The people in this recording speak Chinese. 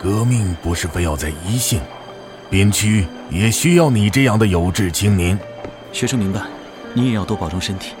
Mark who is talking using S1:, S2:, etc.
S1: 革命不是非要在一线，边区也需要你这样的有志青年。
S2: 学生明白，你也要多保重身体。